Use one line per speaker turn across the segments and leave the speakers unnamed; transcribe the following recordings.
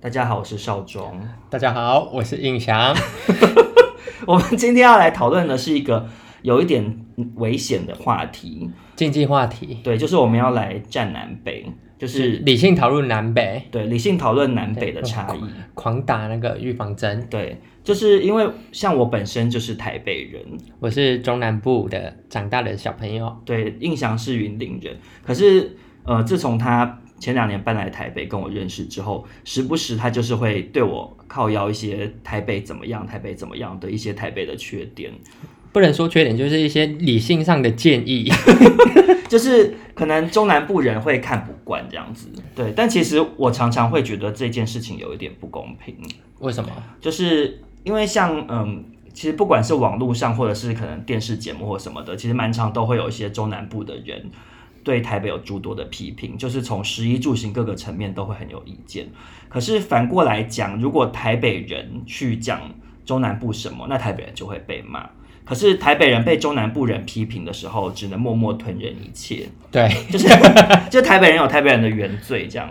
大家好，我是少忠。
大家好，我是印 翔。
我们今天要来讨论的是一个有一点危险的话题，
竞技话题
对，就是我们要来站南北，就是
理性讨论南北，
对理性讨论南北的差异。
狂打那个预防针。
对，就是因为像我本身就是台北人，
我是中南部的长大的小朋友，
对，印象是云林人。可是，呃，自从他前两年搬来台北跟我认识之后，时不时他就是会对我靠邀一些台北怎么样、台北怎么样的一些台北的缺点，
不能说缺点，就是一些理性上的建议。
就是可能中南部人会看不惯这样子。对，但其实我常常会觉得这件事情有一点不公平，
为什么？
就是因为像嗯。其实不管是网络上，或者是可能电视节目或什么的，其实蛮常都会有一些中南部的人对台北有诸多的批评，就是从食衣住行各个层面都会很有意见。可是反过来讲，如果台北人去讲中南部什么，那台北人就会被骂。可是台北人被中南部人批评的时候，只能默默吞忍一切，
对，
就是就台北人有台北人的原罪，这样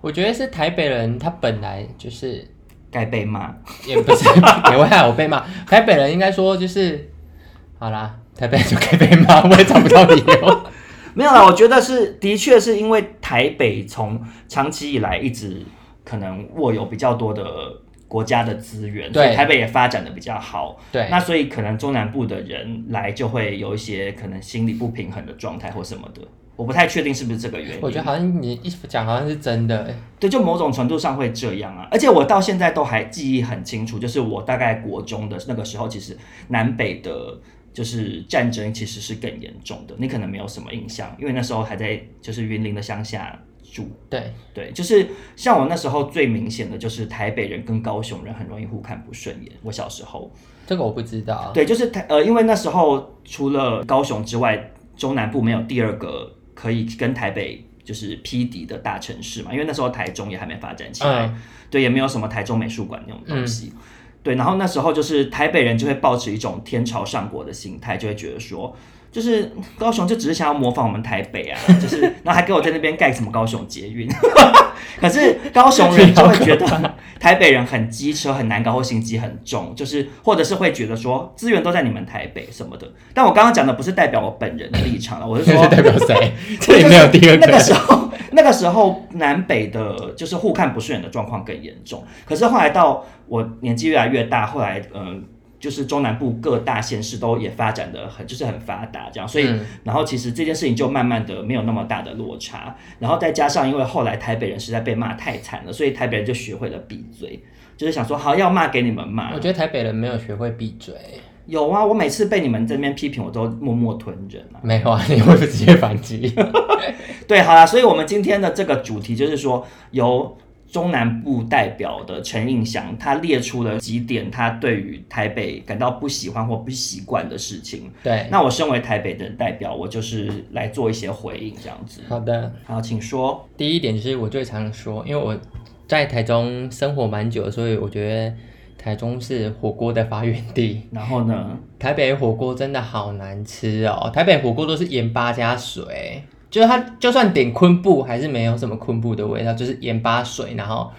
我觉得是台北人，他本来就是
该被骂。
也不是 也会害我被骂。台北人应该说就是，好啦，台北人就可以被骂， 我也找不到理由。
没有啦，我觉得是，的确是因为台北从长期以来一直可能握有比较多的国家的资源，
对
所以台北也发展的比较好。
对
那所以可能中南部的人来就会有一些可能心理不平衡的状态或什么的，我不太确定是不是这个原因。
我觉得好像你一讲好像是真的、欸，
对，就某种程度上会这样啊。而且我到现在都还记忆很清楚，就是我大概国中的那个时候，其实南北的。就是战争其实是更严重的，你可能没有什么印象，因为那时候还在就是云林的乡下住。
对，
对，就是像我那时候最明显的就是台北人跟高雄人很容易互看不顺眼。我小时候，
这个我不知道。
对，就是台呃，因为那时候除了高雄之外，中南部没有第二个可以跟台北就是匹敌的大城市嘛，因为那时候台中也还没发展起来，
嗯
对，也没有什么台中美术馆那种东西。对，然后那时候就是台北人就会抱持一种天朝上国的心态，就会觉得说，就是高雄就只是想要模仿我们台北啊，就是，然后还给我在那边盖什么高雄捷运，可是高雄人就会觉得 台北人很机车、很难搞或心机很重，就是或者是会觉得说资源都在你们台北什么的。但我刚刚讲的不是代表我本人的立场了， 我是
这
说
是代表谁？这里没有第二
那个
个。
时候， 那个时候南北的就是互看不顺眼的状况更严重。可是后来到我年纪越来越大，后来嗯、呃就是中南部各大县市都也发展的很，就是很发达这样，所以、
嗯
然后其实这件事情就慢慢的没有那么大的落差。然后再加上因为后来台北人实在被骂太惨了，所以台北人就学会了闭嘴。就是想说，好要骂给你们骂
我。觉得台北人没有学会闭嘴。
有啊，我每次被你们这边批评，我都默默吞忍啊。
没有啊，你会不会直接反击？
对，好啦，所以我们今天的这个主题就是说，由中南部代表的陈印祥，他列出了几点他对于台北感到不喜欢或不习惯的事情。
对，
那我身为台北的代表，我就是来做一些回应，这样子。
好的。
好，请说。
第一点就是我最常说，因为我在台中生活蛮久，所以我觉得台中是火锅的发源地。
然后呢？
台北火锅真的好难吃哦，台北火锅都是盐巴加水，就是它就算点昆布还是没有什么昆布的味道，就是盐巴水，然后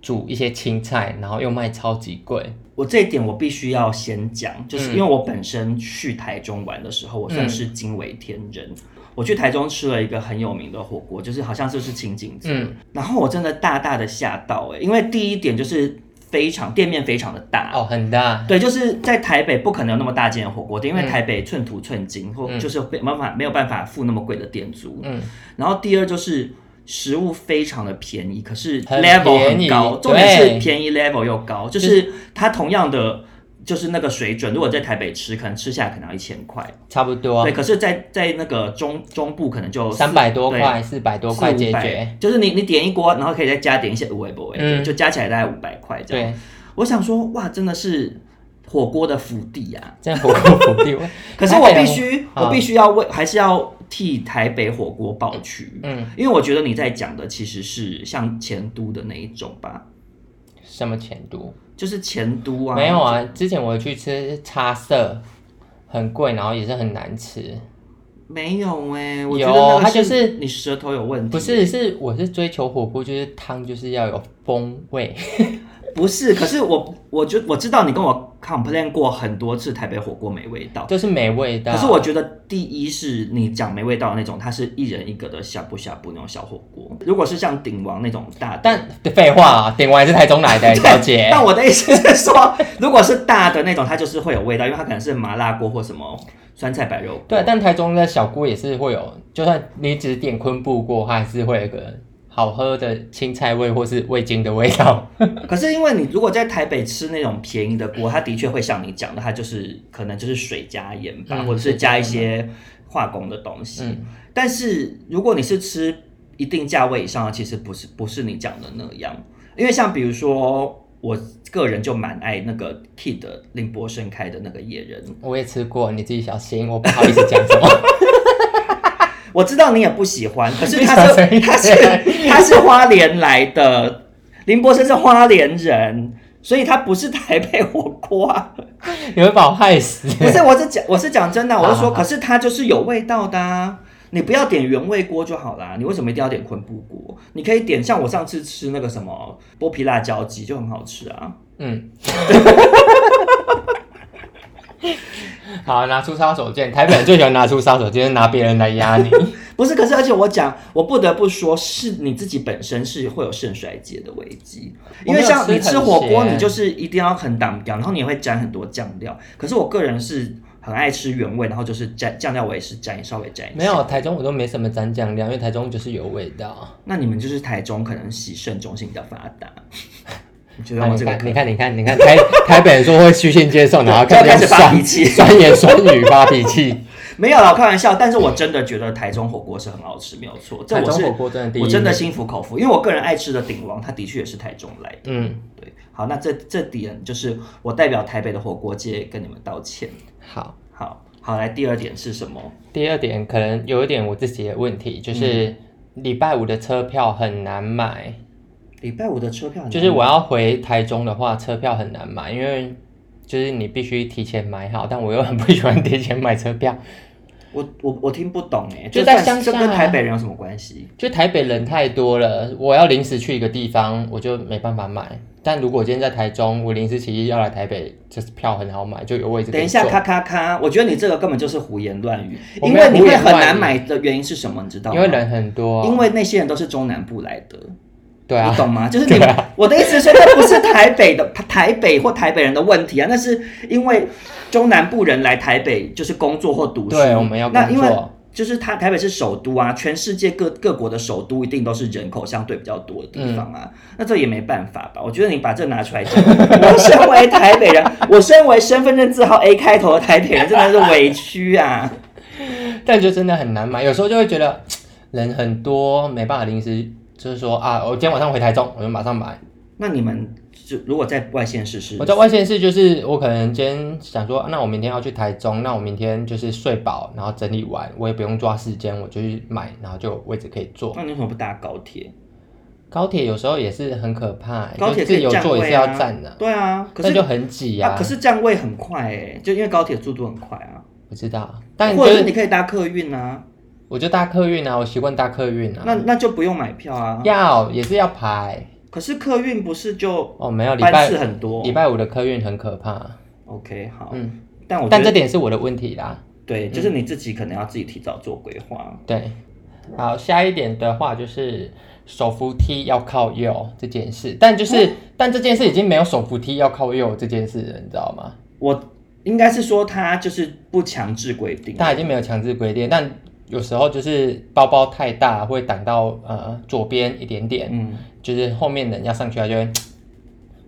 煮一些青菜，然后又卖超级贵。
我这一点我必须要先讲，就是
嗯
因为我本身去台中玩的时候，我算是惊为天人。我去台中吃了一个很有名的火锅，就是好像就是清景泽，
嗯
然后我真的大大的吓到哎、欸因为第一点就是非常店面非常的大，
哦，很大，
对，就是在台北不可能有那么大间的火锅店，因为
嗯
台北寸土寸金，或
嗯
就是没有办法没有办法付那么贵的店租。
嗯，
然后第二就是食物非常的便宜，可是
很
level
便
很
宜
高，重点是
对
便宜 level 又高，就是它同样的。就是那个水准，如果在台北吃，可能吃下来可能要一千块，
差不多
对。，可是在，在那个中中部可能哦就四
三百多
对
块，四百多块
四五
解
百
决。
就是你你点一锅，然后可以再加点一些微波，嗯、
嗯
就加起来大概五百块这样。
对，
我想说，哇，真的是火锅的福地啊！。
这样火锅火地位
可是我必须，
啊
我必须要为，还是要替台北火锅抱屈，
嗯，
因为我觉得你在讲的其实是像前都的那一种吧，
什么前都
就是前都啊，
没有啊？之前我去吃叉色，很贵，然后也是很难吃。
就，没有哎、我
有
觉得那个
它就是是
你舌头有问题，
不是，是我是追求火锅，就是汤就是要有风味。
不是，可是我我觉我知道你跟我 complain 过很多次台北火锅没味道，
就是没味道。
可是我觉得第一是你讲没味道的那种，它是一人一个的呷哺呷哺那种小火锅，如果是像鼎王那种大的，
啊但废话、啊，点完也是台中 来的小姐。
但我的意思是说，如果是大的那种，它就是会有味道，因为它可能是麻辣锅或什么酸菜白肉锅。
对，但台中的小锅也是会有，就算你只点昆布锅，它还是会有一个好喝的青菜味或是味精的味道。
可是因为你如果在台北吃那种便宜的锅，它的确会像你讲的，它就是可能就是水加盐吧，
嗯
或者是加一些化工的东西。
嗯
但是如果你是吃一定价位以上的，其实不是不是你讲的那样，因为像比如说我个人就蛮爱那个 Kid 的林柏盛开的那个野人，
我也吃过，你自己小心，我不好意思讲什么。
我知道你也不喜欢，可是
你
他
小声
是
一
他是
点
他是花莲来的，林柏盛是花莲人，所以他不是台北火锅啊。
你会把我害死。
不是，我是讲我是讲真的，我是
好
说，
好
可是它就是有味道的、啊。你不要点原味锅就好啦，你为什么一定要点昆布锅？你可以点像我上次吃那个什么剥皮辣椒鸡就很好吃啊。
嗯。 好，拿出杀手锏。台北人最喜欢拿出杀手锏，就是拿别人来压你。
不是，可是而且我讲，我不得不说，是你自己本身是会有肾衰竭的危机，因为像
我没
你
有吃
吃
很
火锅，
咸
你就是一定要很挡掉，然后你也会沾很多酱料。可是我个人是很爱吃原味，然后就是蘸酱料我也是蘸稍微蘸一下。
没有，台中我都没什么蘸酱料，因为台中就是有味道。
那你们就是台中可能洗肾中心比较发 达，你觉得
啊
我
你
这个
看，
可
你看，你看，你看，台台北人说会虚心接受，然后开
就开始
始
发
酸
脾气
酸言酸语发脾气。
没有啦，我开玩笑。但是我真的觉得台中火锅是很好吃，没有错。这
台
我
中
是
火锅真的第一，
我真的，心服口服，因为我个人爱吃的鼎王，它的确也是台中来的。
嗯，
对，好，那这这点就是我代表台北的火锅界跟你们道歉。
好。
好，好，来第二点是什么？
第二点可能有一点我自己的问题，就是礼拜五的车票很难买，
礼拜五的车票
就是我要回台中的话，车票很难买，因为就是你必须提前买好，但我又很不喜欢提 前买车票。
我我我听不懂哎、欸，
就
这
在
算
乡下
这跟
啊
台北人有什么关系？
就台北人太多了，我要临时去一个地方，我就没办法买。但如果今天在台中，我临时起意要来台北，就是票很好买，就有位置可以
等一下，
坐
咔咔咔！我觉得你这个根本就是胡言乱语，
我
因
没有
为你
胡
会
言
很
乱
难
语
买的原因是什么？你知道吗？
因为人很多。
因为那些人都是中南部来的，
对啊
你，懂 吗？就是你，
对啊
我的意思是，那不是台北的台北或台北人的问题啊，那是因为中南部人来台北就是工作或读书，
对我们要
那
工
因为
作
就是它台北是首都啊，全世界各各国的首都一定都是人口相对比较多的地方
嗯
啊，那这也没办法吧？我觉得你把这拿出来讲，我身为台北人， 我身为身份证字号 A 开头的台北人，真的是委屈啊！
但就真的很难买，有时候就会觉得人很多，没办法临时就是说啊，我今天晚上回台中，我就马上买。
那你们就如果在外县市是
我在外县市，就是我可能今天想说，啊那我明天要去台中，那我明天就是睡饱，然后整理完，我也不用抓时间，我就去买，然后就有位置可以坐。
那你为什么不搭高铁？
高铁有时候也是很可怕、欸，
高铁可
自
以
由
站
座也
位
是
啊，
要站的、
对啊，可
但
是
就很挤
啊，可是站位很快哎、就因为高铁速度很快啊，
我知道，但就
或者是你
是
可以搭客运啊，
我就搭客运啊，我习惯搭客运啊。
那那就不用买票啊。
要也是要排
可是客运不是就
哦，没有礼
班
拜
次很多
礼拜五的客运很可怕，
？OK，好，
嗯，
但我觉
但这嗯
得
点是我的问题啦。
对，就是你自己可能要自己提早做规划。
对，好，下一点的话就是手扶梯要靠右这件事，但就是、
嗯
但这件事已经没有手扶梯要靠右这件事了，你知道吗？
我应该是说他就是不强制规定，
它已经没有强制规定，但有时候就是包包太大会挡到呃左边一点点，
嗯，
就是后面人要上去，它就会，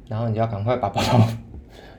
然后你就要赶快把包包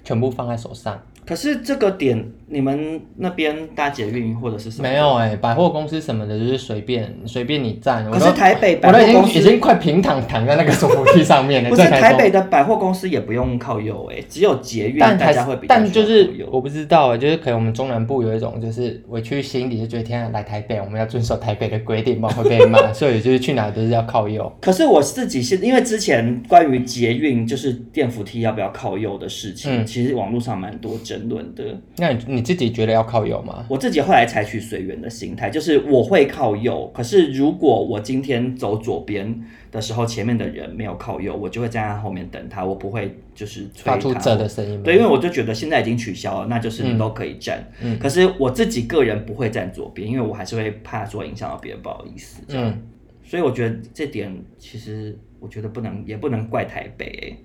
全部放在手上。
可是这个点你们那边搭捷运或者是什么？
没有哎、百货公司什么的，就是随便随便你站。
可是
我都
台北百
我都
货
已
公
经已
司
经快平躺躺在那个手扶梯上面了，
不是
在台
台
中
北，的百货公司也不用靠右哎、只有捷运
但
大
还是
家会比较
但就
需要靠
是
右
我不知道哎，就是可能我们中南部有一种就是委屈心理，就觉得天啊来台北我们要遵守台北的规定，不然会被 骂，所以就是去哪都是要靠右。
可是我自己是因为之前关于捷运就是电扶梯要不要靠右的事情，
嗯
其实网络上蛮多争争论的。
那你你自己觉得要靠右吗？
我自己后来采取随缘的心态，就是我会靠右，可是如果我今天走左边的时候，前面的人没有靠右，我就会在他后面等他，我不会就是催
发
他。
出这的声音吗？
对，因为我就觉得现在已经取消了，那就是你都可以站。
嗯
可是我自己个人不会站左边，因为我还是会怕说影响到别人，不好意思。
嗯，
所以我觉得这点其实我觉得不能也不能怪台北、欸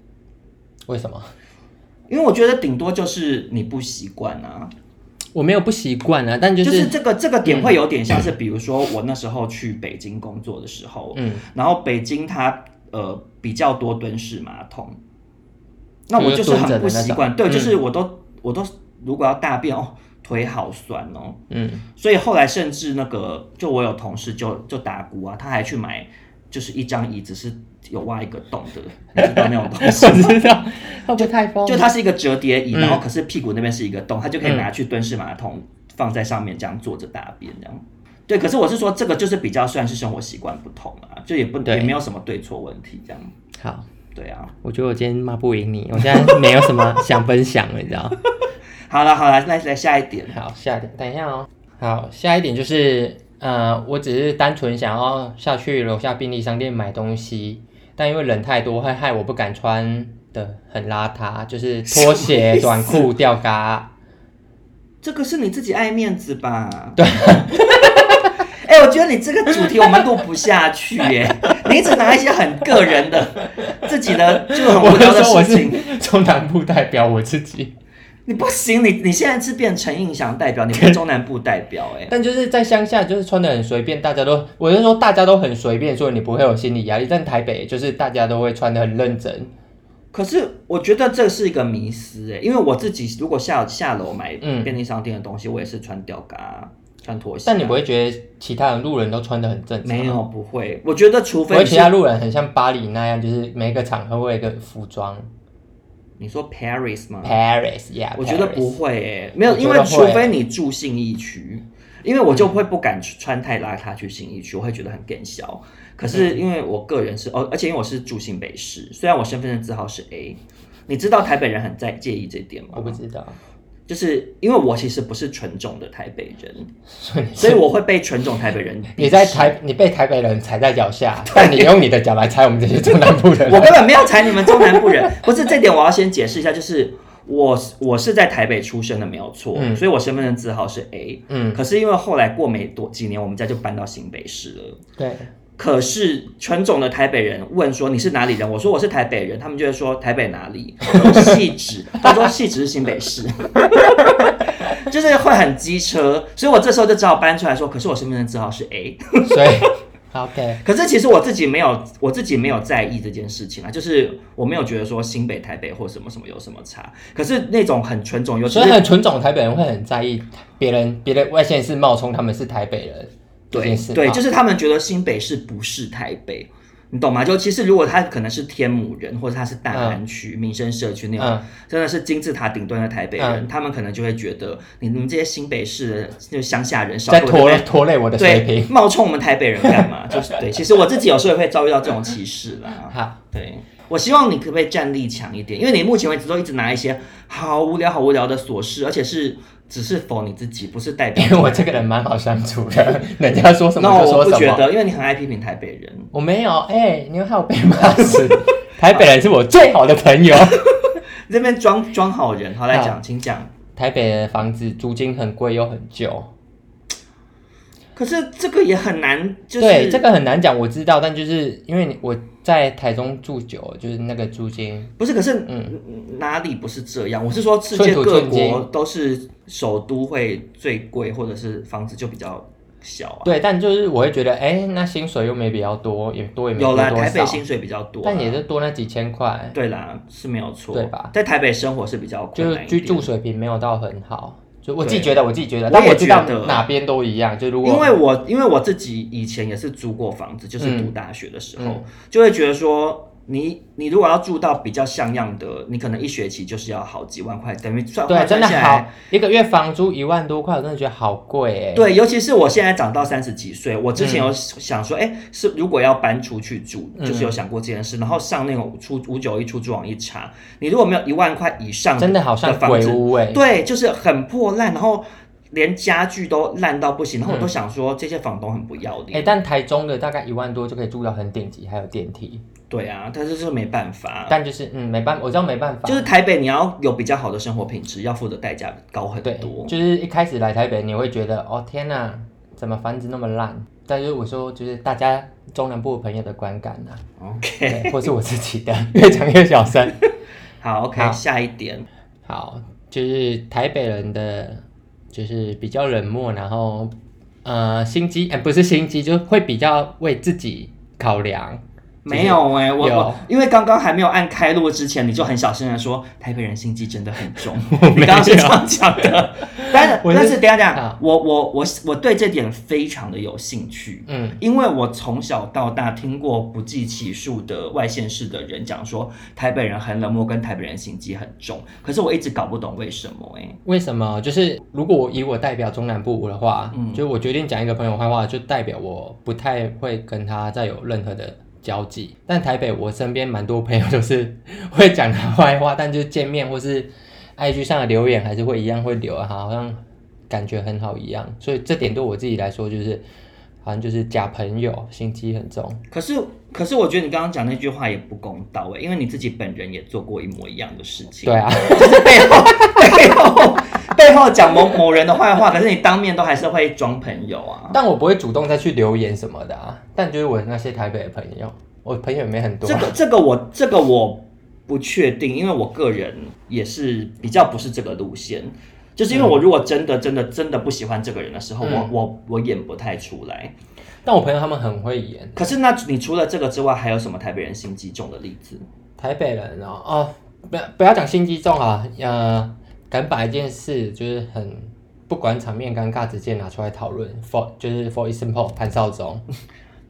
为什么？
因为我觉得顶多就是你不习惯啊，
我没有不习惯啊，但就
就是
是嗯
这个这个点会有点像是，比如说我那时候去北京工作的时候，
嗯，
然后北京它呃比较多蹲式马桶，那我
就
就
是
是
蹲
很
着的
不
那
习
种
惯，对，
嗯
就是我都、我都如果要大便哦，腿好酸哦，
嗯
所以后来甚至那个，就我有同事就就打鼓啊，他还去买，就是一张椅子是有挖一个洞的，你知道那种东西
我
吗。
知道，会不会太疯？
就它是一个折叠椅，
嗯
然后可是屁股那边是一个洞，他就可以拿去蹲式马桶放在上面，这样坐着大便这样。对，可是我是说，这个就是比较算是生活习惯不同啊，就也不
对
也没有什么对错问题这样。
好，
对啊，
我觉得我今天骂不赢你，我现在没有什么想分享了，你知道。
好了好了，那来下一点。
好，下一点，等一下哦。好，下一点就是，呃，我只是单纯想要下去楼下便利商店买东西，但因为人太多，会害我不敢穿的很邋遢，就是拖
什么意
鞋、
思
短裤、吊 嘎。
这个是你自己爱面子吧？对。 哎、我觉得你这个主题我们录不下去耶， 你一直拿一些很个人的、自己的就很无
我
聊
就
的
说我
事情，
是中南部代表我自己，
你不行，你你现在是变陈映祥代表，你 变中南部代表，哎，
但就是在乡下，就是穿的很随便，大家都，我是说大家都很随便，所以你不会有心理压力。但台北就是大家都会穿的很认真，
可是我觉得这是一个迷思，哎，因为我自己如果下下楼买
嗯
便利商店的东西，我也是穿吊嘎啊、穿拖鞋啊，
但你不会觉得其他人路人都穿的很正常？
没有不会，我觉得除
而
非
其
是
他路人很像巴黎那样，就是每个场合会有一个服装。
你说 Paris 吗？
Paris，yeah，
我觉得
Paris
不，会诶、没有，
我觉
因
得
为
会
除非你住信义区，因为我就会不敢穿太邋遢去信义区，我会觉得很更小。可是
嗯
因为我个人是哦，而且因为我是住新北市，虽然我身份证字号是 A，你知道台北人很在介意这点吗？
我不知道。
就是因为我其实不是纯种的台北人，
所以你
所以我会被纯种台北人
你在台，你被台北人踩在脚下，但你用你的脚来踩我们这些中南部人。
我根本没有踩你们中南部人， 不是这点，我要先解释一下，就是我我是在台北出生的，没有错，
嗯
所以我身份证字号是 A，
嗯
可是因为后来过没多几年，我们家就搬到新北市了。
对，
可是纯种的台北人问说你是哪里人，我说我是台北人，他们就会说台北哪里，我说汐 止，他说汐止是新北市， 就是会很机车，所以我这时候就只好搬出来说，可是我身份证字号是 A，
所以 OK，
可是其实我自己没有，我自己没有在意这件事情啊，就是我没有觉得说新北、台北或什么什么有什么差。可是那种很纯种，尤其
所以
是
很纯种台北人会很在意别人，别的外县市冒充他们是台北人这
对
件事。啊
对，就是是他们觉得新北市不是台北，你懂吗？就其实如果他可能是天母人，或者他是大安区、民生社区那种，
嗯
真的是金字塔顶端的台北人，他们可能就会觉得你们这些新北市的就乡下人少
在
给我
拖
这边
拖累我的水
对
平。
冒充我们台北人干嘛？就是对，其实我自己有时候也会遭遇到这种歧视啦。
好，
对，我希望你可不可以战力强一点，因为你目前为止都一直拿一些好无聊、好无聊的琐事，而且是只是否你自己，不是代表
因为。我这个人蛮好相处的，人家说什么
No，
就
我
说
不
什
觉
么。
得，因为你很爱批评台北人。
我没有，哎、你又害我被骂死。 台北人是我最好的朋友。
你这边装装好人，好来
好
讲，请讲。
台北的房子租金很贵又很旧，
可是这个也很难，就是
对这个很难讲，我知道，但就是因为你我在台中住久了，就是那个租金，
不是？可是、
嗯
哪里不是这样？我是说，世
寸
界
土
各
寸
国
金
都是首都会最贵，或者是房子就比较小啊。
对，但就是我会觉得，哎、那薪水又没比较多，也多也没
有
多
啦，
多
台
少
北，薪水比较多啊，
但也是多那几千块，
对啦，是没有错，
对吧
在台北生活是比较困
就
难一点
是
啊
居住水平没有到很好，就我自己
对
觉得，我自己觉得，
我
但
也
我知道
觉得
哪边都一样，就如果
因为我因为我自己以前也是租过房子，就是
嗯
读大学的时候，
嗯
就会觉得说你你如果要住到比较像样的，你可能一学期就是要好几万块，等于算
对，
换
真
算
的
下来
好，，一个月房租一万多块，我真的觉得好贵哎。，
对，尤其是我现在长到三十几岁，我之前
嗯
有想说，哎、是如果要搬出去住，就是
嗯
有想过这件事。然后上那种出五九一出租网一查，你如果没有一万块以上
真的好像
的房
鬼
子，
屋哎。
对，就是很破烂，然后连家具都烂到不行，然后
嗯
我都想说、这些房东很不要
哎、
脸。
但台中的大概一万多就可以住到很顶级，还有电梯。
对啊，但是这没办法。
但就是嗯，没办法，我知道没办法，
啊就是台北，你要有比较好的生活品质，要付的代价高很
对
多，。
就是一开始来台北，你会觉得哦天哪，怎么房子那么烂？但是我说，就是大家中南部朋友的观感啊，
OK，
对，或是我自己的，越讲越小 声。
好，OK，
好
下一点，
好，就是台北人的，就是比较冷漠，然后呃心机，哎、不是心机，就是会比较为自己考量。
没有哎、我
有
我因为刚刚还没有按开录之前，你就很小声的说台北人心机真的很重，
没有
你刚刚是这样讲 的。但是
我是
但是等一下等一下
好，
我我我我对这点非常的有兴趣，
嗯，
因为我从小到大听过不计其数的外县市的人讲说台北人很冷漠，跟台北人心机很重，可是我一直搞不懂为什么哎、
为什么？就是如果我以我代表中南部的话，就我决定讲一个朋友坏话，就代表我不太会跟他再有任何的交际。但台北，我身边蛮多朋友都是会讲他坏话，但就见面或是 IG 上的留言还是会一样会留，啊好像感觉很好一样。所以这点对我自己来说就是。好像就是假朋友，心机很重。
可是，可是我觉得你刚刚讲那句话也不公道哎、因为你自己本人也做过一模一样的事情，
对，啊，
就是背后 背后背后讲某某人的坏话，可是你当面都还是会装朋友啊。
但我不会主动再去留言什么的啊。但就是我那些台北的朋友，我朋友也没很多
这
啊。
个这个我这个我不确定，因为我个人也是比较不是这个路线，就是因为我如果真的真的真的不喜欢这个人的时候，
嗯
我我我演不太出来。
但我朋友他们很会演，
可是那你除了这个之外，还有什么台北人心机重的例子？
台北人哦，哦，不要不要讲心机重啊，呃，敢把一件事就是很不管场面尴尬，直接拿出来讨论。For 就是 for example，潘少忠，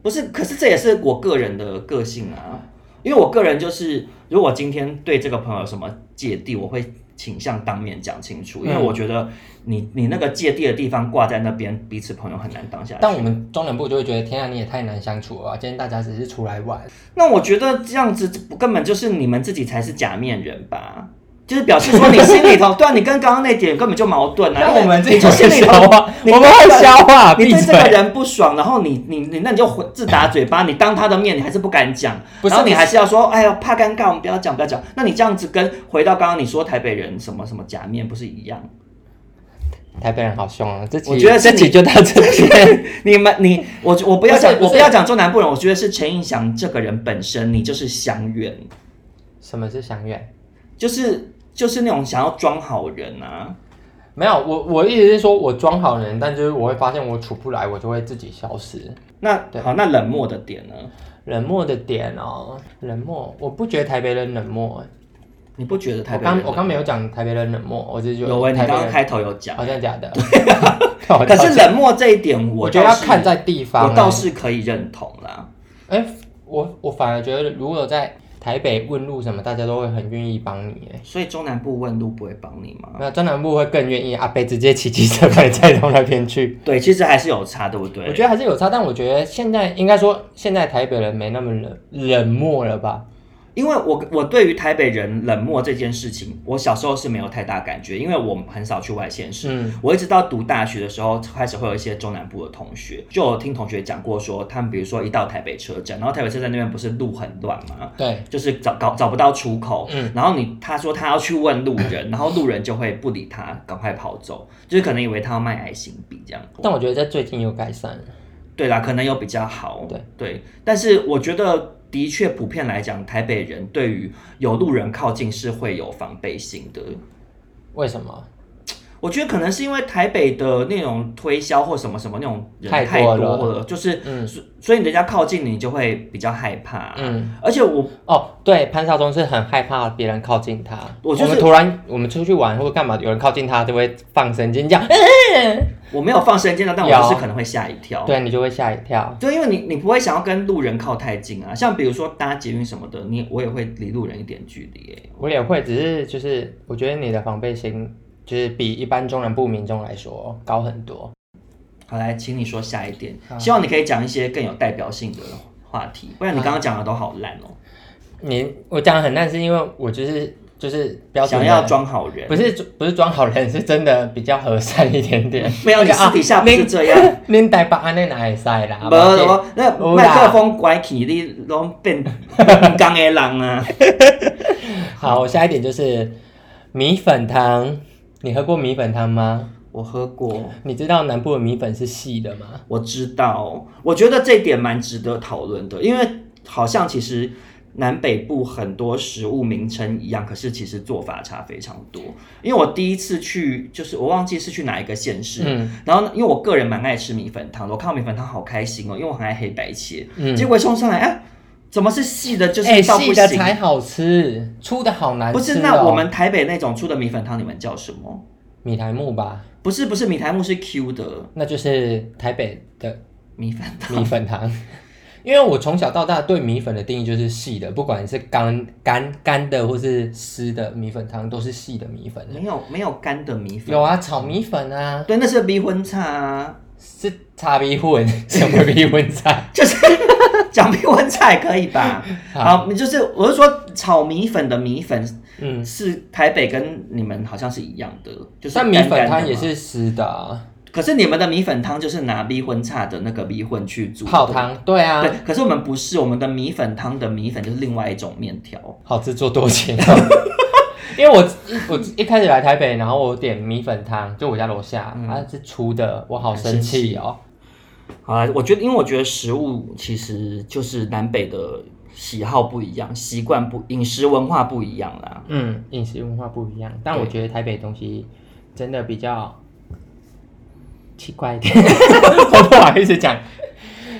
不是，可是这也是我个人的个性啊，因为我个人就是，如果今天对这个朋友有什么芥蒂，我会倾向当面讲清楚，因为
嗯
我觉得你你那个芥蒂的地方挂在那边，彼此朋友很难当下去。
但我们中南部就会觉得，天啊，你也太难相处了吧。今天大家只是出来玩，
那我觉得这样子不根本就是你们自己才是假面人吧？就是表示说你心里 头，对啊，你跟刚刚那点根本就矛盾啊。
但我们自
你
己
就心
会啊
里
消
头
化，
你
我们会消化，
你
闭
啊对这个
嘴。
人不爽，然后你你你，那你就回自打嘴巴，你当他的面，你还是不敢讲，
不是
然后你还是要说，哎呦，怕尴尬，我们不要讲，不要讲。那你这样子跟回到刚刚你说台北人什么什么假面不是一样？
台北人好凶啊！这集
我觉得是
这
你
集就到这 边。
你们你我我不要讲，
不是不是
我不要讲中南部人，我觉得是陈映祥这个人本身，你就是乡愿，
什么是相远？
就是就是那种想要装好人啊。
没有，我我意思是说，我装好人，但就是我会发现我处不来，我就会自己消失。
那
对
好，那冷漠的点呢？
冷漠的点哦，冷漠，我不觉得台北人冷漠。
你不觉得台
我
北人
刚我刚没有讲台北人冷漠，我只是觉得
有哎、你
台
刚
北
刚
人哦
开头有讲
好，像假的。对我
可
道
是
歉
冷漠这一点
我
我
觉
倒是，
得要看在地方、
我倒是可以认同啦。
哎、哎我我反而觉得如果在台北问路什么，大家都会很愿意帮你哎。
所以中南部问路不会帮你吗？
那中南部会更愿意，阿北直接骑机车把你载到那边去。
对，其实还是有差，对不对？
我觉得还是有差，但我觉得现在应该说，现在台北人没那么冷冷漠了吧？
因为我我对于台北人冷漠这件事情，我小时候是没有太大感觉，因为我很少去外县市。
嗯
我一直到读大学的时候，开始会有一些中南部的同学，就有听同学讲过说，他们比如说一到台北车站，然后台北车站那边不是路很乱吗？
对，
就是找搞找不到出口，
嗯
然后你他说他要去问路人，然后路人就会不理他，赶快跑走，就是可能以为他要卖爱心笔这样。
但我觉得在最近有改善了。
对啦，可能有比较好，
对
但是我觉得的确普遍来讲，台北人对于有路人靠近是会有防备心的。
为什么？
我觉得可能是因为台北的那种推销或什么什么那种人
太
太
多
多
了
了，就是、
嗯
所所以人家靠近你就会比较害怕。啊
嗯，
而且我
哦，对，潘少忠是很害怕别人靠近他。
我就是
们突然我们出去玩或者干嘛，有人靠近他就会放声尖叫，
哎我没有放生煎的，但我
有
就是可能会吓一跳。
对你就会吓一跳。
对，因为你你不会想要跟路人靠太近啊，像比如说搭捷运什么的，你我也会离路人一点距离、欸。
我也会，只是就是我觉得你的防备心就是比一般中南部民众来说高很多。
好，来，请你说下一点，
好
希望你可以讲一些更有代表性的话题，不然你刚刚讲的都好烂哦、
你我讲的很烂，是因为我就是就是标准
想
的
要装好人
不，是不是装好人，是真的比较和善一点点。
没有，你私 底下不是这样。
恁台北安尼哪会使啦？
无我那
有
麦
啦
克风关起，你拢变唔讲的人啊！
好，下一点就是米粉汤。你喝过米粉汤吗？
我喝过，
你知道南部的米粉是细的吗？
我知道，我觉得这点蛮值得讨论的，因为好像其实南北部很多食物名称一样，可是其实做法差非常多。因为我第一次去，就是我忘记是去哪一个县市，
嗯
然后呢，因为我个人蛮爱吃米粉汤的，我看到米粉汤好开心哦，因为我很爱黑白切，
嗯，
结果冲上来啊，怎么是细的，就是
哎
到不
细的
行。
才好吃，粗的好难
不
吃、哦。
是，那我们台北那种出的米粉汤，你们叫什么？
米苔木吧，
不是，不是米苔木是 Q 的
那就是台北的
米粉 汤。
米 粉汤。因为我从小到大对米粉的定义就是细的，不管是干干干的或是湿的米粉汤，都是细的米粉。
没有没有干的米粉，
有啊，炒米粉啊，
对，那是逼婚叉啊，
是叉米混， 什么米 混菜？
就是讲逼婚叉也可以吧？
好
好，你就是我是说炒米粉的米粉
嗯，
是台北跟你们好像是一样的，就是干
但
干的
米粉汤也
嘛，
是湿的、啊，
可是你们的米粉汤就是拿逼婚叉的那个逼混去煮的
泡。汤，对啊，
对，可是我们不是，我们的米粉汤的米粉就是另外一种面条。
好自作多情、
啊
哦。 因为我一我一开始来台北，然后我点米粉汤，就我家楼下，
嗯
它、是粗的，我好生气哦。
好啦，我觉得，因为我觉得食物其实就是南北的喜好不一样，习惯不饮食文化不一样啦。
嗯，饮食文化不一样，但
对
我觉得台北东西真的比较奇怪 一点，我不好意思讲。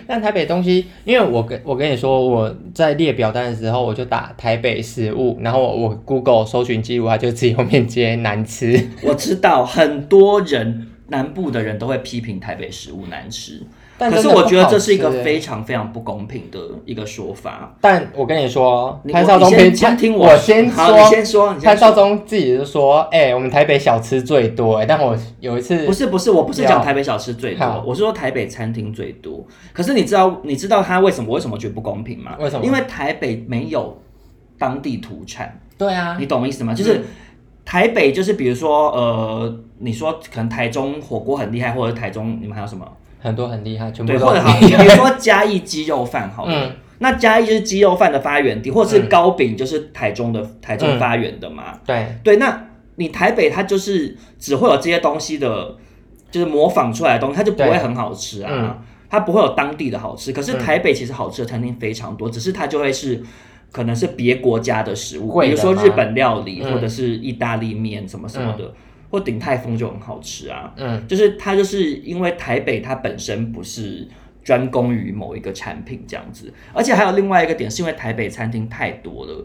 但台北东西，因为我跟我跟你说，我在列表单的时候，我就打台北食物，然后我我 Google 搜寻记录，它就自己后面接难吃。
我知道很多人南部的人都会批评台北食物难吃，
但
可是
真的
我觉
不
得
好
这是一个
吃欸
非常非常不公平的一个说法。
但我跟你说，
你
潘
我
少
你
忠
先
偏
先听我
我
好
说，
你先说你先
潘少忠自己就说，哎、我们台北小吃最多、哎，但我有一次
不是不是，我不是
要
讲台北小吃最多
好，
我是说台北餐厅最多。可是你知道你知道他为什么我为什么觉得不公平吗？
为什么
因为台北没有当地土产。
对啊
你，懂我意思吗？就是台北，就是比如说，呃，你说可能台中火锅很厉害，或者台中你们还有什么？
很多很厉害，全部
对，
都
或者
很
好，
厉
比
害。
如说嘉义鸡肉饭好了。
嗯
那嘉义就是鸡肉饭的发源地，或者是
嗯
糕饼，就是台中的、台中发源的嘛。
对，
对，那你台北它就是只会有这些东西的，就是模仿出来的东西，它就不会
对
很好吃啊。
嗯
它不会有当地的好吃，可是
嗯
台北其实好吃的餐厅非常多，只是它就会是可能是别国家的食物，
贵
比
的
如
吗
说日本料理、
嗯
或者是意大利面什么什么的，或鼎泰丰就很好吃啊。
嗯，
就是它就是因为台北它本身不是专攻于某一个产品这样子，而且还有另外一个点是因为台北餐厅太多了，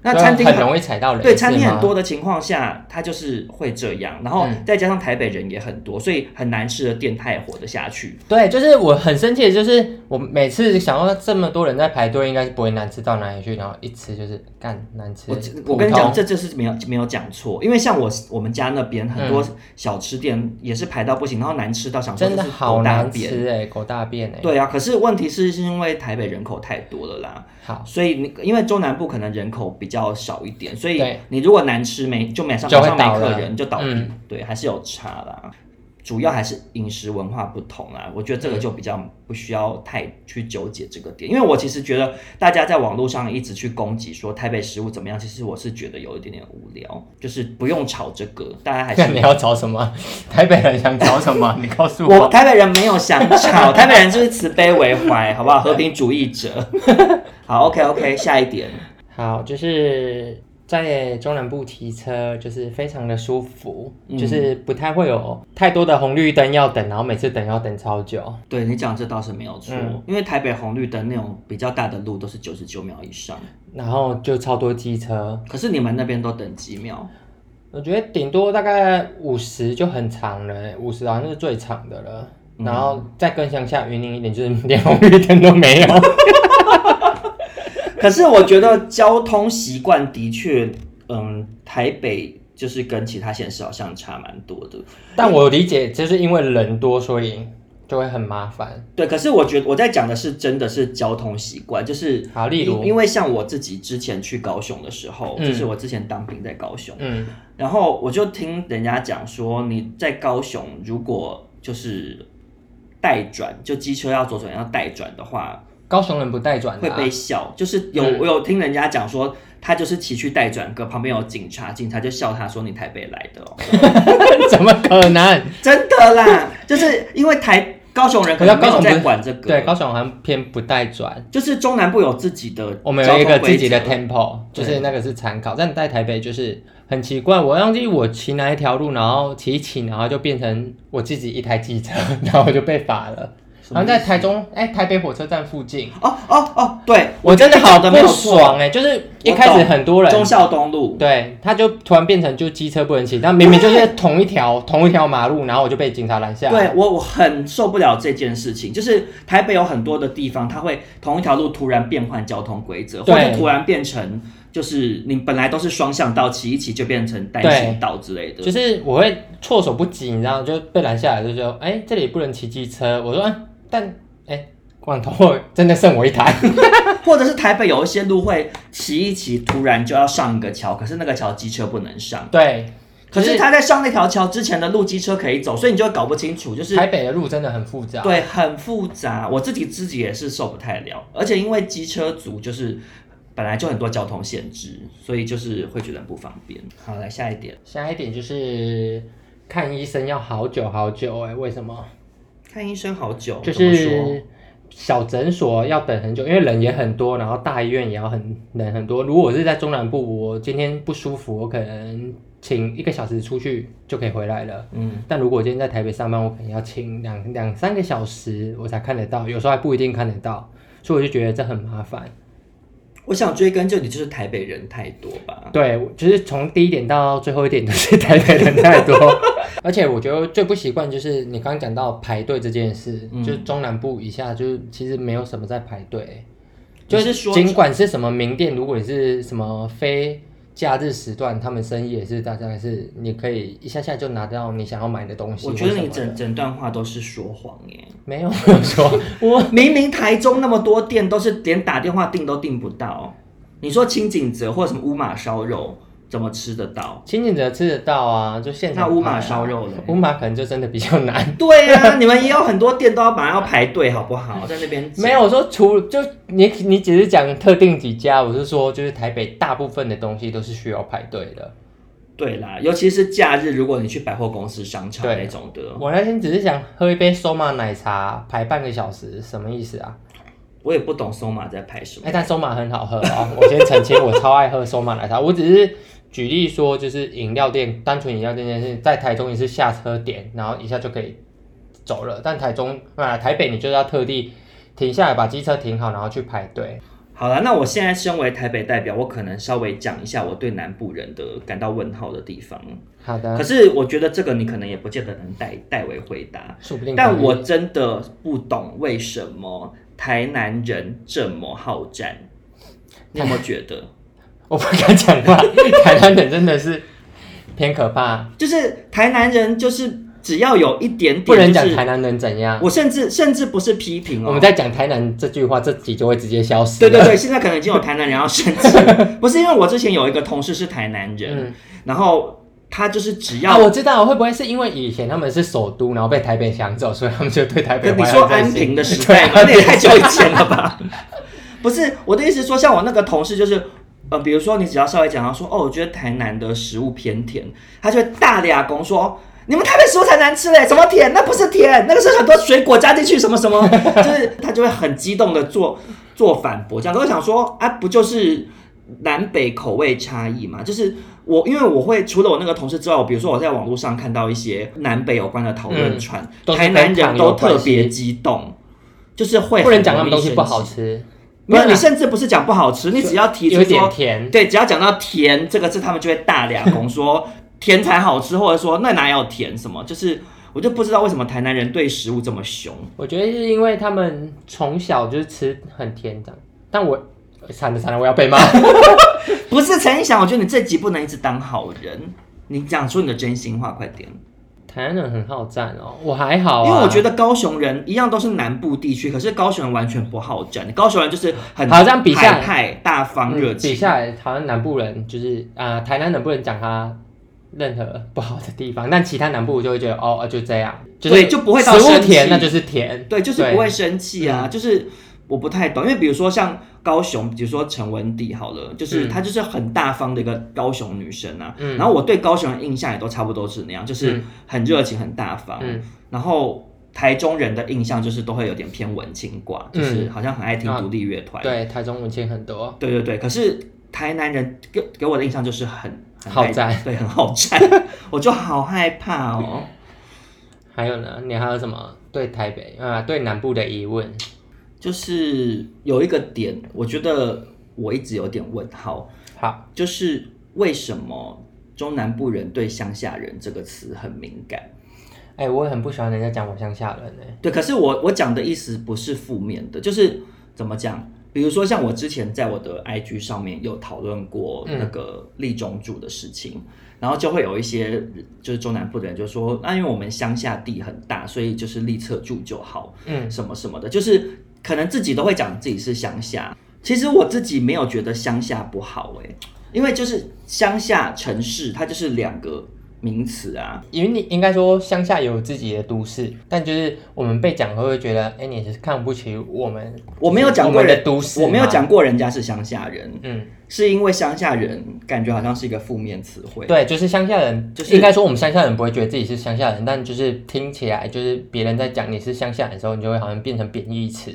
那
所以
餐厅
啊很容易踩到人，
对餐厅
是吗
很多，的情况下，它就是会这样，然后
嗯
再加上台北人也很多，所以很难吃的店它也活得下去。
对，就是我很生气，的就是我每次想到这么多人在排队，应该是不会难吃到哪里去，然后一吃就是干难吃
我
普通
我跟你讲，这就是没有没有讲错，因为像我我们家那边很多小吃店也是排到不行，然后难吃到想说
嗯
这
真的
是
好
狗大
难
便。
吃哎、狗大便哎、
对啊，可是问题是是因为台北人口太多了啦，
好，
所以你因为中南部可能人口比较少一点，所以
对
你如果难吃没就没上
就
马
会
上没
倒
客
了
人就倒闭，
嗯
对，还是有差啦。主要还是饮食文化不同啦，我觉得这个就比较不需要太去纠结这个点，因为我其实觉得大家在网络上一直去攻击说台北食物怎么样，其实我是觉得有一点点无聊，就是不用吵这个，大家还是
那你要找什么？台北人想找什么？ 你告诉
我台北人没有想 吵，台北人就是慈悲为怀，好不好？和平主义者。好，OK OK，下一点。
好，就是在中南部骑车就是非常的舒服，
嗯
就是不太会有太多的红绿灯要等，然后每次等要等超久。
对你讲这倒是没有错，
嗯
因为台北红绿灯那种比较大的路都是九十九秒以上，
然后就超多机车，
可是你们那边都等几秒？
我觉得顶多大概五十就很长了欸，五十好像是最长的了。
嗯
然后再更向下云林一点，就是 连红绿灯都没有。
可是我觉得交通习惯的确，嗯，台北就是跟其他县市好像差蛮多的。
但我理解，就是因为人多，所以就会很麻烦。
对，可是我觉得我在讲的是真的是交通习惯，就是
好例如
因因为像我自己之前去高雄的时候，
嗯
就是我之前当兵在高雄，
嗯，
然后我就听人家讲说，你在高雄如果就是带转，就机车要左转要带转的话，
高雄人不带转
会
的、啊
被，笑。就是有、
嗯
我有听人家讲说，他就是骑去带转，哥旁边有警察，警察就笑他说你台北来的、哦，
怎么可能？
真的啦，就是因为台高雄人可能没
可是
有
高雄不是
在管这个，
对，高雄好像偏不带转。
就是中南部有自己的，
我们有一个自己的 tempo，
对
就是那个是参考。但你在台北就是很奇怪，我忘记我骑哪一条路，然后骑一骑，然后就变成我自己一台机车， 然后我就被罚了。
什么
然
意
后
思
在台中，哎、台北火车站附近，
哦哦哦，对
我真的好
的没
不
有错
爽哎、就是一开
我
始
懂
很多人
忠孝东路，
对，他就突然变成就机车不能骑，但明明就是同一条同一条马路，然后我就被警察拦下。
对我我很受不了这件事情，就是台北有很多的地方，它会同一条路突然变换交通规则，或
对
者突然变成就是你本来都是双向道，骑一骑就变成单行道之类的。
就是我会措手不及，你知道，就被拦下来就说，哎、这里不能骑机车。我说，啊、但哎、光头真的剩我一台。
或者是台北有一些路会骑一骑，突然就要上一个桥，可是那个桥机车不能上。
对，
可
就是
他在上那条桥之前的路机车可以走，所以你就会搞不清楚，就是
台北的路真的很复杂。
对，很复杂。我自己自己也是受不太了，而且因为机车族就是本来就很多交通限制，所以就是会觉得很不方便。好，来下一点，
下一点就是看医生要好久好久、哎，为什么？
看医生好久，
就
怎么说
是小诊所要等很久，因为人也很多，然后大医院也要很人很多。如果我是在中南部，我今天不舒服，我可能请一个小时出去就可以回来了。
嗯，
但如果我今天在台北上班，我可能要请两两三个小时我才看得到，有时候还不一定看得到，所以我就觉得这很麻烦。
我想追根究底就是台北人太多吧。
对，就是从第一点到最后一点都是台北人太 多，而且我觉得最不习惯就是你刚刚讲到排队这件事，
嗯
就是中南部以下就是其实没有什么在排队，
你
就是
说
尽管是什么名店，如果你是什么非假日时段，他们生意也是大概是你可以一下下就拿到你想要买的东西
我
或什
觉
么
得
的。
你整整段话都是说谎耶！
没有没有说 我
明明台中那么多店都是连打电话订都订不到，你说清景泽或者什么乌马烧肉怎么吃得到？
清景泽吃得到啊，就现场、
那乌马烧肉嘞
乌马可能就真的比较难。
对呀、你们也有很多店都要马上要排队，好不好？在那边
嗯没有，我说除就你你只是讲特定几家，我是说就是台北大部分的东西都是需要排队的。
对啦，尤其是假日，如果你去百货公司、商场
对
那种的，
我那天只是想喝一杯收马奶茶，排半个小时，什么意思啊？
我也不懂松马在拍什
哎、
么。
但收马很好喝啊、我先澄清，我超爱喝收马奶茶。我只是举例说，就是饮料店，单纯饮料店这件事，在台中也是下车点，然后一下就可以走了。但台中啊、台北你就是要特地停下来把机车停好，然后去排队。
好了，那我现在身为台北代表，我可能稍微讲一下我对南部人的感到问号的地方。
好
可
的，
是我觉得这个你可能也不见得能代代为回答，
说不定可以。
但我真的不懂为什么台南人这么好战，
嗯
你有没有觉得？
我不敢讲话，台湾人真的是偏可怕，
就是台南人，就是只要有一点点、
不
就是，
能讲台南人怎样。
我甚至甚至不是批评哦，
啊我们在讲台南这句话，这集就会直接消 失
对
了。
对对， 现在可能已经有台南人要生气了， 不是因为我之前有一个同事是台南人，
嗯，
然后他就是只要、
啊，我知道，会不会是因为以前他们是首都，然后被台北抢走，所以他们就对台北
跟你
怀
说
恨在
安
心
平的时
啊
代嘛，那也太久以前了 吧？不是我的意思是说，像我那个同事就是。呃，比如说你只要稍微讲到说，哦，我觉得台南的食物偏甜，他就会大俩公说，哦你们台北食物才难吃嘞，什么甜？那不是甜，那个是很多水果加进去，什么 什么，就是他就会很激动的做做反驳，这样都会想说，啊，不就是南北口味差异嘛，就是我因为我会除了我那个同事之外，我比如说我在网络上看到一些南北有关的讨
嗯
论串，
都是
台
跟
南人
糖有
都特
关系
别激动，就是会
不能
很
讲他
容
们
易
东西
生
不好
气，
吃，
没有，
啦
你甚至不是讲不好吃，你只要提
有
出
一点
说，
甜，
对，只要讲到甜这个字，他们就会大 俩拱说甜才好吃，或者说那哪有甜什么，就是我就不知道为什么台南人对食物这么凶。
我觉得是因为他们从小就是吃很甜的，但我惨了惨了，我要被骂。
不是陈意翔，我觉得你这集不能一直当好人，你讲出你的真心话，快点。
台湾人很好战哦，我还好啊，
因为我觉得高雄人一样都是南部地区，可是高雄人完全不好战，高雄人就是很
好这样比下来
海派大方热
嗯比
情。
下来，台湾南部人就是啊、呃台南人不能讲他任何不好的地方，但其他南部我就会觉得哦，呃就这样，就是
对就不会到
食物
生气
甜，那就是甜，
对，就是不会生气
嗯
啊，就是我不太懂，因为比如说像高雄，比如说陈文娣好了，就是
嗯
她就是很大方的一个高雄女生啊，
嗯
然后我对高雄的印象也都差不多是那样，就是
嗯
很热情、很大方，
嗯
然后。台中人的印象就是都会有点偏文青挂，就是
嗯
好像很爱听
啊
独立乐团、
对，台中文青很多，
对对对，可是台南人给给我的印象就是很很
好
害
战，
对，很好战， 我就好害怕哦。
还有呢，你还有什么对台北啊、对南部的疑问？
就是有一个点，我觉得我一直有点问号，
好，
就是为什么中南部人对乡下人这个词很敏感？
哎、我也很不喜欢人家讲我乡下人呢、
对，可是我我讲的意思不是负面的，就是怎么讲？比如说像我之前在我的 IG 上面有讨论过那个立中柱的事情，然后就会有一些就是中南部的人就说，啊那、因为我们乡下地很大，所以就是立侧柱就好，
嗯
什么什么的，就是可能自己都会讲自己是乡下。其实我自己没有觉得乡下不好诶、因为就是乡下城市它就是两个名词啊，
因为你应该说乡下有自己的都市，但就是我们被讲会不会觉得，哎、你是看不起我们？
我没有讲过
我们
人
的都市，
我没有讲，过人家是乡下人，
嗯，
是因为乡下人感觉好像是一个负面词汇。
对，就是乡下人，
就是
应该说我们乡下人不会觉得自己是乡下人，但就是听起来就是别人在讲你是乡下人的时候，你就会好像变成贬义词。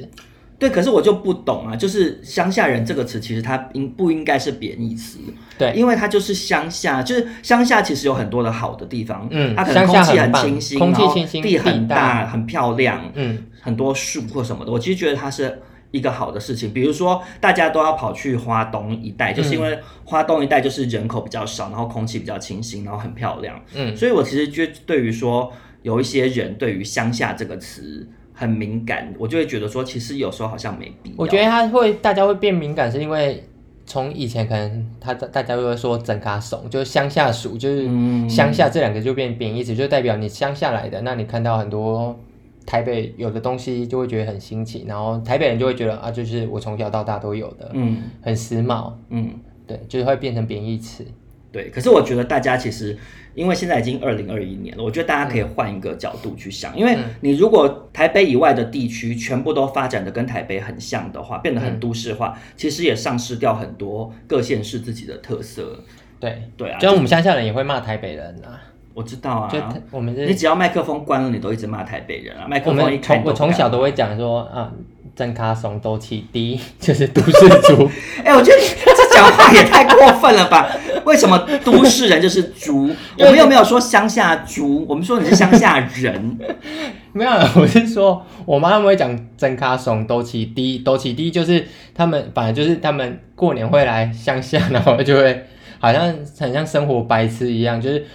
对，可是我就不懂啊，就是乡下人这个词，其实它应不应该是贬义词？
对，
因为它就是乡下，就是乡下其实有很多的好的地方，
嗯
它可能
乡
空
下
气
很棒
清新，
空气
然后
清新
地很
地大
很漂亮，
嗯，
很多树或什么的，我其实觉得它是一个好的事情。比如说，大家都要跑去花东一
嗯
带，就是因为花东一带就是人口比较少，然后空气比较清新，然后很漂亮。
嗯
所以我其实就对于说有一些人对于乡下这个词很敏感，我就会觉得说，其实有时候好像没必要。
我觉得他会大家会变敏感，是因为从以前可能他大大家都会说整卡怂，就是乡下鼠，就是
嗯
乡下这两个就变贬义词，就代表你乡下来的，那你看到很多。台北有的东西就会觉得很新奇，然后台北人就会觉得啊，就是我从小到大都有的，
嗯
很时髦，
嗯，
对，就是会变成贬义词。
对。可是我觉得大家其实，因为现在已经二零二一年了，我觉得大家
嗯
可以换一个角度去想，因为你如果台北以外的地区全部都发展的跟台北很像的话，变得
嗯
很都市化，其实也丧失掉很多各县市自己的特色。
对，
对啊，
就像我们乡下人也会骂台北人啊，
我知道啊
就。他我们
你
是，
只要麦克风关了，你都一直骂台北人啊！麦
我
克风一
们
开你都
从我
不
从
敢
小都会讲说啊，真卡怂都气低， 就是都市族。
哎、我觉得你这讲话也太过分了吧？为什么都市人就是 猪？我们又没有说乡下猪，我们说你是乡下人。
没有， 我是说，我妈他们会讲真卡怂都气低，都气低就是他们，反正就是他们过年会来乡下， 然后就会好像很像生活白痴一样，就是。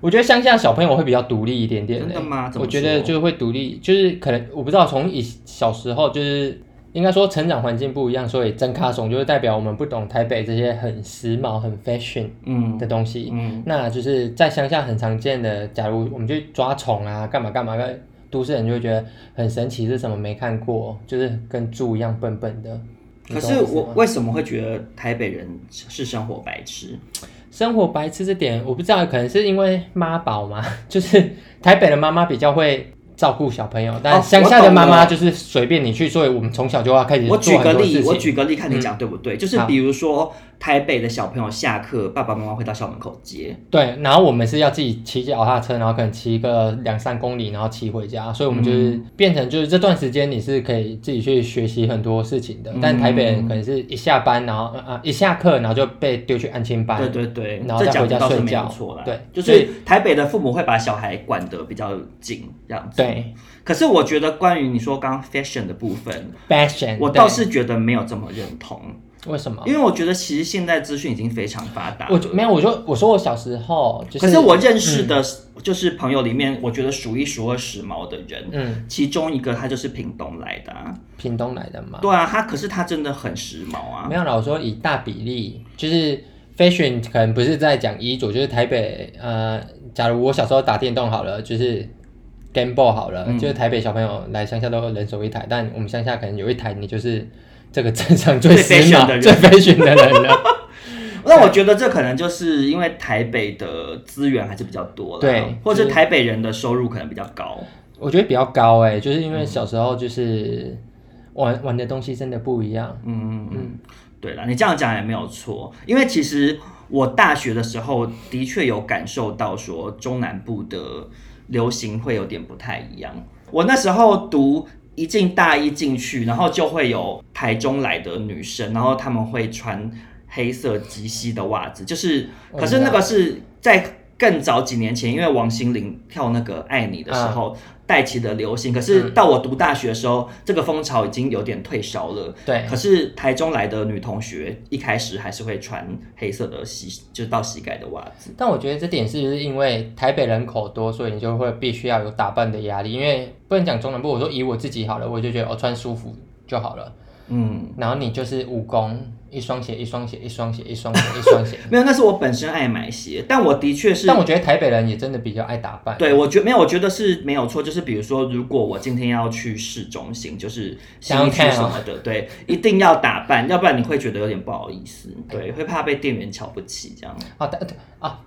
我觉得乡下小朋友会比较独立一点点、欸，
真的吗怎么
我觉得
说
就会独立，就是可能我不知道，从以小时候就是应该说成长环境不一样，所以真卡怂就是代表我们不懂台北这些很时髦、很 fashion
嗯
的东西。
嗯，
那就是在乡下很常见的，假如我们去抓虫啊，干嘛干嘛的，都市人就会觉得很神奇，是什么没看过，就是跟猪一样笨笨的。
可
你
是
懂意思
我
吗
为什么会觉得台北人是生活白痴？
生活白痴这点，我不知道，可能是因为妈宝嘛， 就是台北的妈妈比较会照顾小朋友，
哦
但
我
乡下的妈
懂
妈
了
就是随便你去，所以我们从小就要开始
我举
做
个
很多事
例，
情。嗯
我举个例，看你讲对不对？就是比如说，台北的小朋友下课，爸爸妈妈会到校门口接。
对，然后我们是要自己骑脚踏车，然后可能骑个两三公里，然后骑回家，所以我们就是
嗯
变成就是这段时间你是可以自己去学习很多事情的。
嗯
但台北人可能是一下班，然后啊、呃一下课，然后就被丢去安亲班。
对对对，
啊然后
这
再
讲
回家
倒是
睡
没有
觉
错啦。
对
就是台北的父母会把小孩管得比较紧，这样子。
对
可是我觉得关于你说刚刚 fashion 的部分，
，fashion，
我
嗯对
倒是觉得没有这么认同，
为什么？
因为我觉得其实现在资讯已经非常发达了。
我就没有，我就我说我小时候就是，
可是我认识的，
嗯
就是朋友里面，我觉得数一数二时髦的人，
嗯，
其中一个他就是屏东来的、啊，
屏东来的嘛，
对啊，他可是他真的很时髦啊，
没有啦，我说以大比例，就是 fashion 可能不是在讲衣着，就是台北呃，假如我小时候打电动好了，就是 Game Boy 好了，
嗯
就是台北小朋友来乡下都人手一台，但我们乡下可能有一台你就是这个镇上最时
最 fashion 的
髦、
人
最 fashion 的人了。嗯
那我觉得这可能就是因为台北的资源还是比较多啦，
对
或
就
者
是
台北人的收入可能比较高，
我觉得比较高哎、就是因为小时候就是玩玩的东西真的不一样。
嗯嗯嗯，对了，你这样讲也没有错，因为其实我大学的时候的确有感受到说中南部的流行会有点不太一样。我那时候读一进大一进去，然后就会有台中来的女生，然后她们会穿黑色及膝的袜子，就是，
哦我
可
知
是
道
那个是在。更早几年前，因为王心凌跳那个《爱你》的时
嗯
候带起的流行，可是到我读大学的时候，这个风潮已经有点退烧了。
对
可是台中来的女同学一开始还是会穿黑色的膝，就是到膝盖的袜子。
但我觉得这点是不是因为台北人口多，所以你就会必须要有打扮的压力？因为不能讲中南部，我说以我自己好了，我就觉得我、哦穿舒服就好了。
嗯，
然后你就是武功，一双鞋一双鞋一双鞋一双鞋一双鞋。
没有，那是我本身爱买鞋，但我的确是
但我觉得台北人也真的比较爱打扮。
对，我觉没有，我觉得是没有错。就是比如说，如果我今天要去市中心，就是新
想要
一区
看哦
什么的，对，一定要打扮，要不然你会觉得有点不好意思，对，会怕被店员瞧不起这样。
啊，台啊，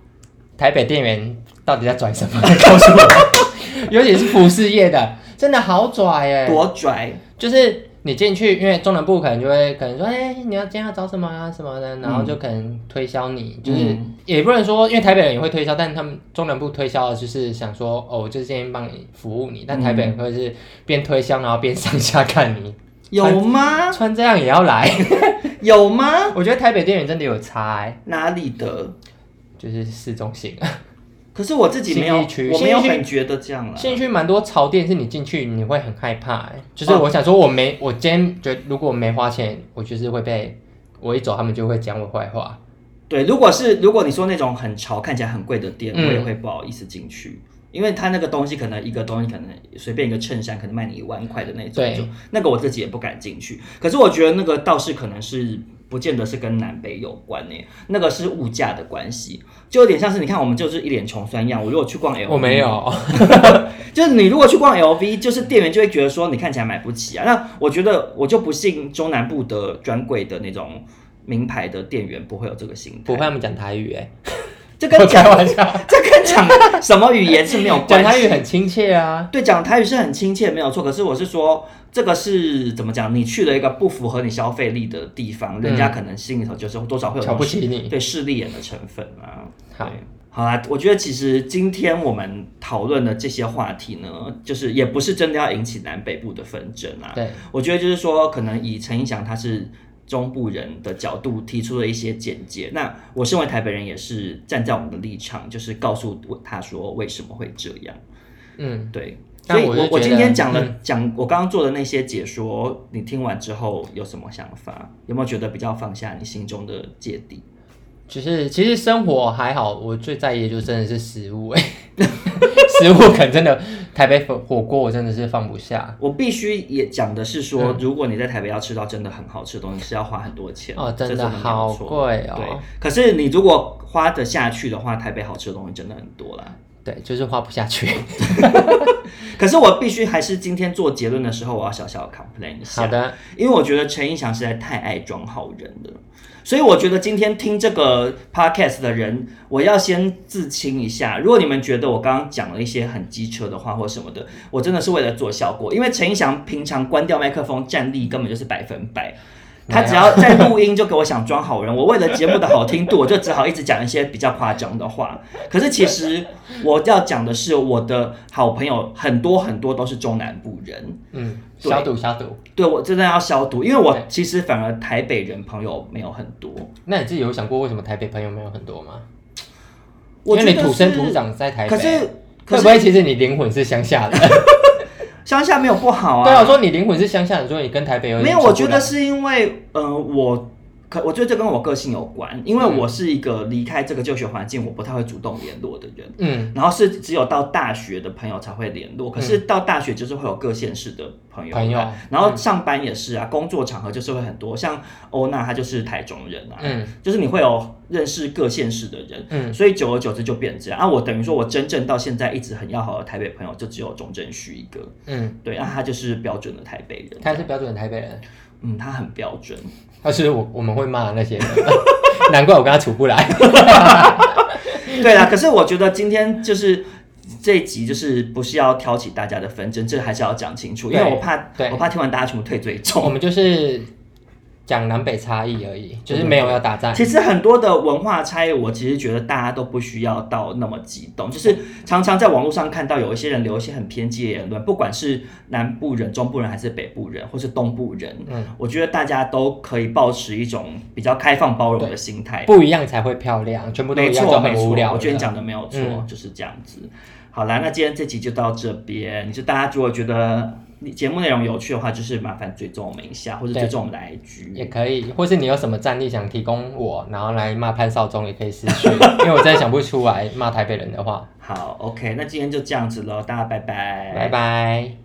台北店员到底在拽什么？ 告诉我， 尤其是服饰业的，真的好拽欸耶、
多拽，
就是你进去，因为中南部可能就会可能说，哎、你要今天要找什么啊什么的，然后就可能推销你，就是
嗯
也不能说，因为台北人也会推销，但他们中南部推销的就是想说，哦，我就是今天帮你服务你，但台北人会是边推销然后边上下看 你，
有吗？
穿这样也要来，
有吗？
我觉得台北店员真的有差、欸，
哪里的？
就是市中心，啊
可是我自己没有，
信义区
我没有
信义区
很觉得这样了。
现在去蛮多潮店是你进去你会很害怕、欸，就是我想说我没，我今天觉得如果我没花钱，我就是会被我一走他们就会讲我坏话。
对，如果是如果你说那种很潮、看起来很贵的店，
嗯
我也会不好意思进去，因为他那个东西可能一个东西可能随便一个衬衫可能卖你一万块的那种，
对
就那个我自己也不敢进去。可是我觉得那个倒是可能是不见得是跟南北有关呢、那个是物价的关系，就有点像是你看我们就是一脸穷酸样。我如果去逛 L，
我没有，
就是你如果去逛 LV，就是店员就会觉得说你看起来买不起啊。那我觉得我就不信中南部的专柜的那种名牌的店员不会有这个心
不
态
会，。他们讲台语哎、
这跟
我
讲
开玩笑，
这跟讲 什么语言是没有关
讲
系。
台语很亲切啊。
对，讲台语是很亲切，没有错。可是我是说，这个是怎么讲？你去了一个不符合你消费力的地方，人家可能心里头就是多少会有
瞧不
那种
起你
对势利眼的成分啊。
好
对，好啦，我觉得其实今天我们讨论的这些话题呢，就是也不是真的要引起南北部的纷争啊。
对，
我觉得就是说，可能以陈映祥他是中部人的角度提出了一些见解。那我身为台北人，也是站在我们的立场，就是告诉他说为什么会这样。
嗯，
对，
但
所以我
我就
我
觉
今
得
天讲了
嗯
讲、我刚刚做的那些解说，你听完之后有什么想法？有没有觉得比较放下你心中的芥蒂？
就是其实生活还好，我最在意的就真的是食物 哎、食物可能真的台北火火锅我真的是放不下
我必须也讲的是说，
嗯
如果你在台北要吃到真的很好吃的东西，是要花很多钱
哦，
这
真的
没有
好
错
贵
对
哦。，
可是你如果花得下去的话，台北好吃的东西真的很多啦。
对，就是花不下去。
可是我必须还是今天做结论的时候，我要小小 complain 一下。
好的，
因为我觉得陈映祥实在太爱装好人了，所以我觉得今天听这个 podcast 的人，我要先自清一下。如果你们觉得我刚刚讲了一些很机车的话或什么的，我真的是为了做效果，因为陈映祥平常关掉麦克风战力根本就是百分百。他只要在录音就给我想装好人，我为了节目的好听度，我就只好一直讲一些比较夸张的话。可是其实我要讲的是，我的好朋友很多很多都是中南部人，
嗯，
对
消毒消毒。
对我真的要消毒，因为我
对
其实反而台北人朋友没有很多。
那你自己有想过为什么台北朋友没有很多吗？
我
因为
觉得
你土生
是
土，长在台
可
北，
是可
会不
是
会其实你灵魂是 乡下的？
乡下没有不好啊。
对啊，我啊说你灵魂是乡下人，所以你跟台北有点
没有，我
处
觉
不来
得是因为，呃，我可我觉得这跟我个性有关，因为
嗯
我是一个离开这个就学环境，我不太会主动联络的人。
嗯，
然后是只有到大学的朋友才会联络，可是到大学就是会有各县市的朋友嘛，啊
朋友嗯
然后上班也是啊，工作场合就是会很多，像欧娜她就是台中人啊，
嗯，
就是你会有认识各县市的人，
嗯
所以久而久之就变这样啊。我等于说我真正到现在一直很要好的台北朋友就只有钟正旭一个，
嗯，
对，那、他就是标准的台北人，
他是标准的台北人，
嗯，他很标 准，
他是我我们会骂的那些人， 难怪我跟他处不来。
对啦，可是我觉得今天就是这一集，就是不是要挑起大家的纷争，这还是要讲清楚，因为
对
我怕
对
我怕听完大家全部退最
我
重。
们就是讲南北差异而已，就是没有要打仗。
其实很多的文化差异，我其实觉得大家都不需要到那么激动。就是常常在网络上看到有一些人留一些很偏激的言论，不管是南部人、中部人还是北部人，或是东部人，
嗯
我觉得大家都可以保持一种比较开放包容的心态。
不一样才会漂亮，全部都
没
一样
错，
就
没
嗯很
错，
无聊了。
我觉得你讲的没有错，
嗯
就是这样子。好啦，那今天这集就到这边。就大家如果觉得你节目内容有趣的话，就是麻烦追踪我们一下，或者
对
追踪我们的
也
IG。
可以，或是你有什么战力想提供我，然后来骂潘少忠也可以私讯，因为我真的想不出来骂台北人的话。哎
好，OK，那今天就这样子喽，大家拜拜，
拜拜。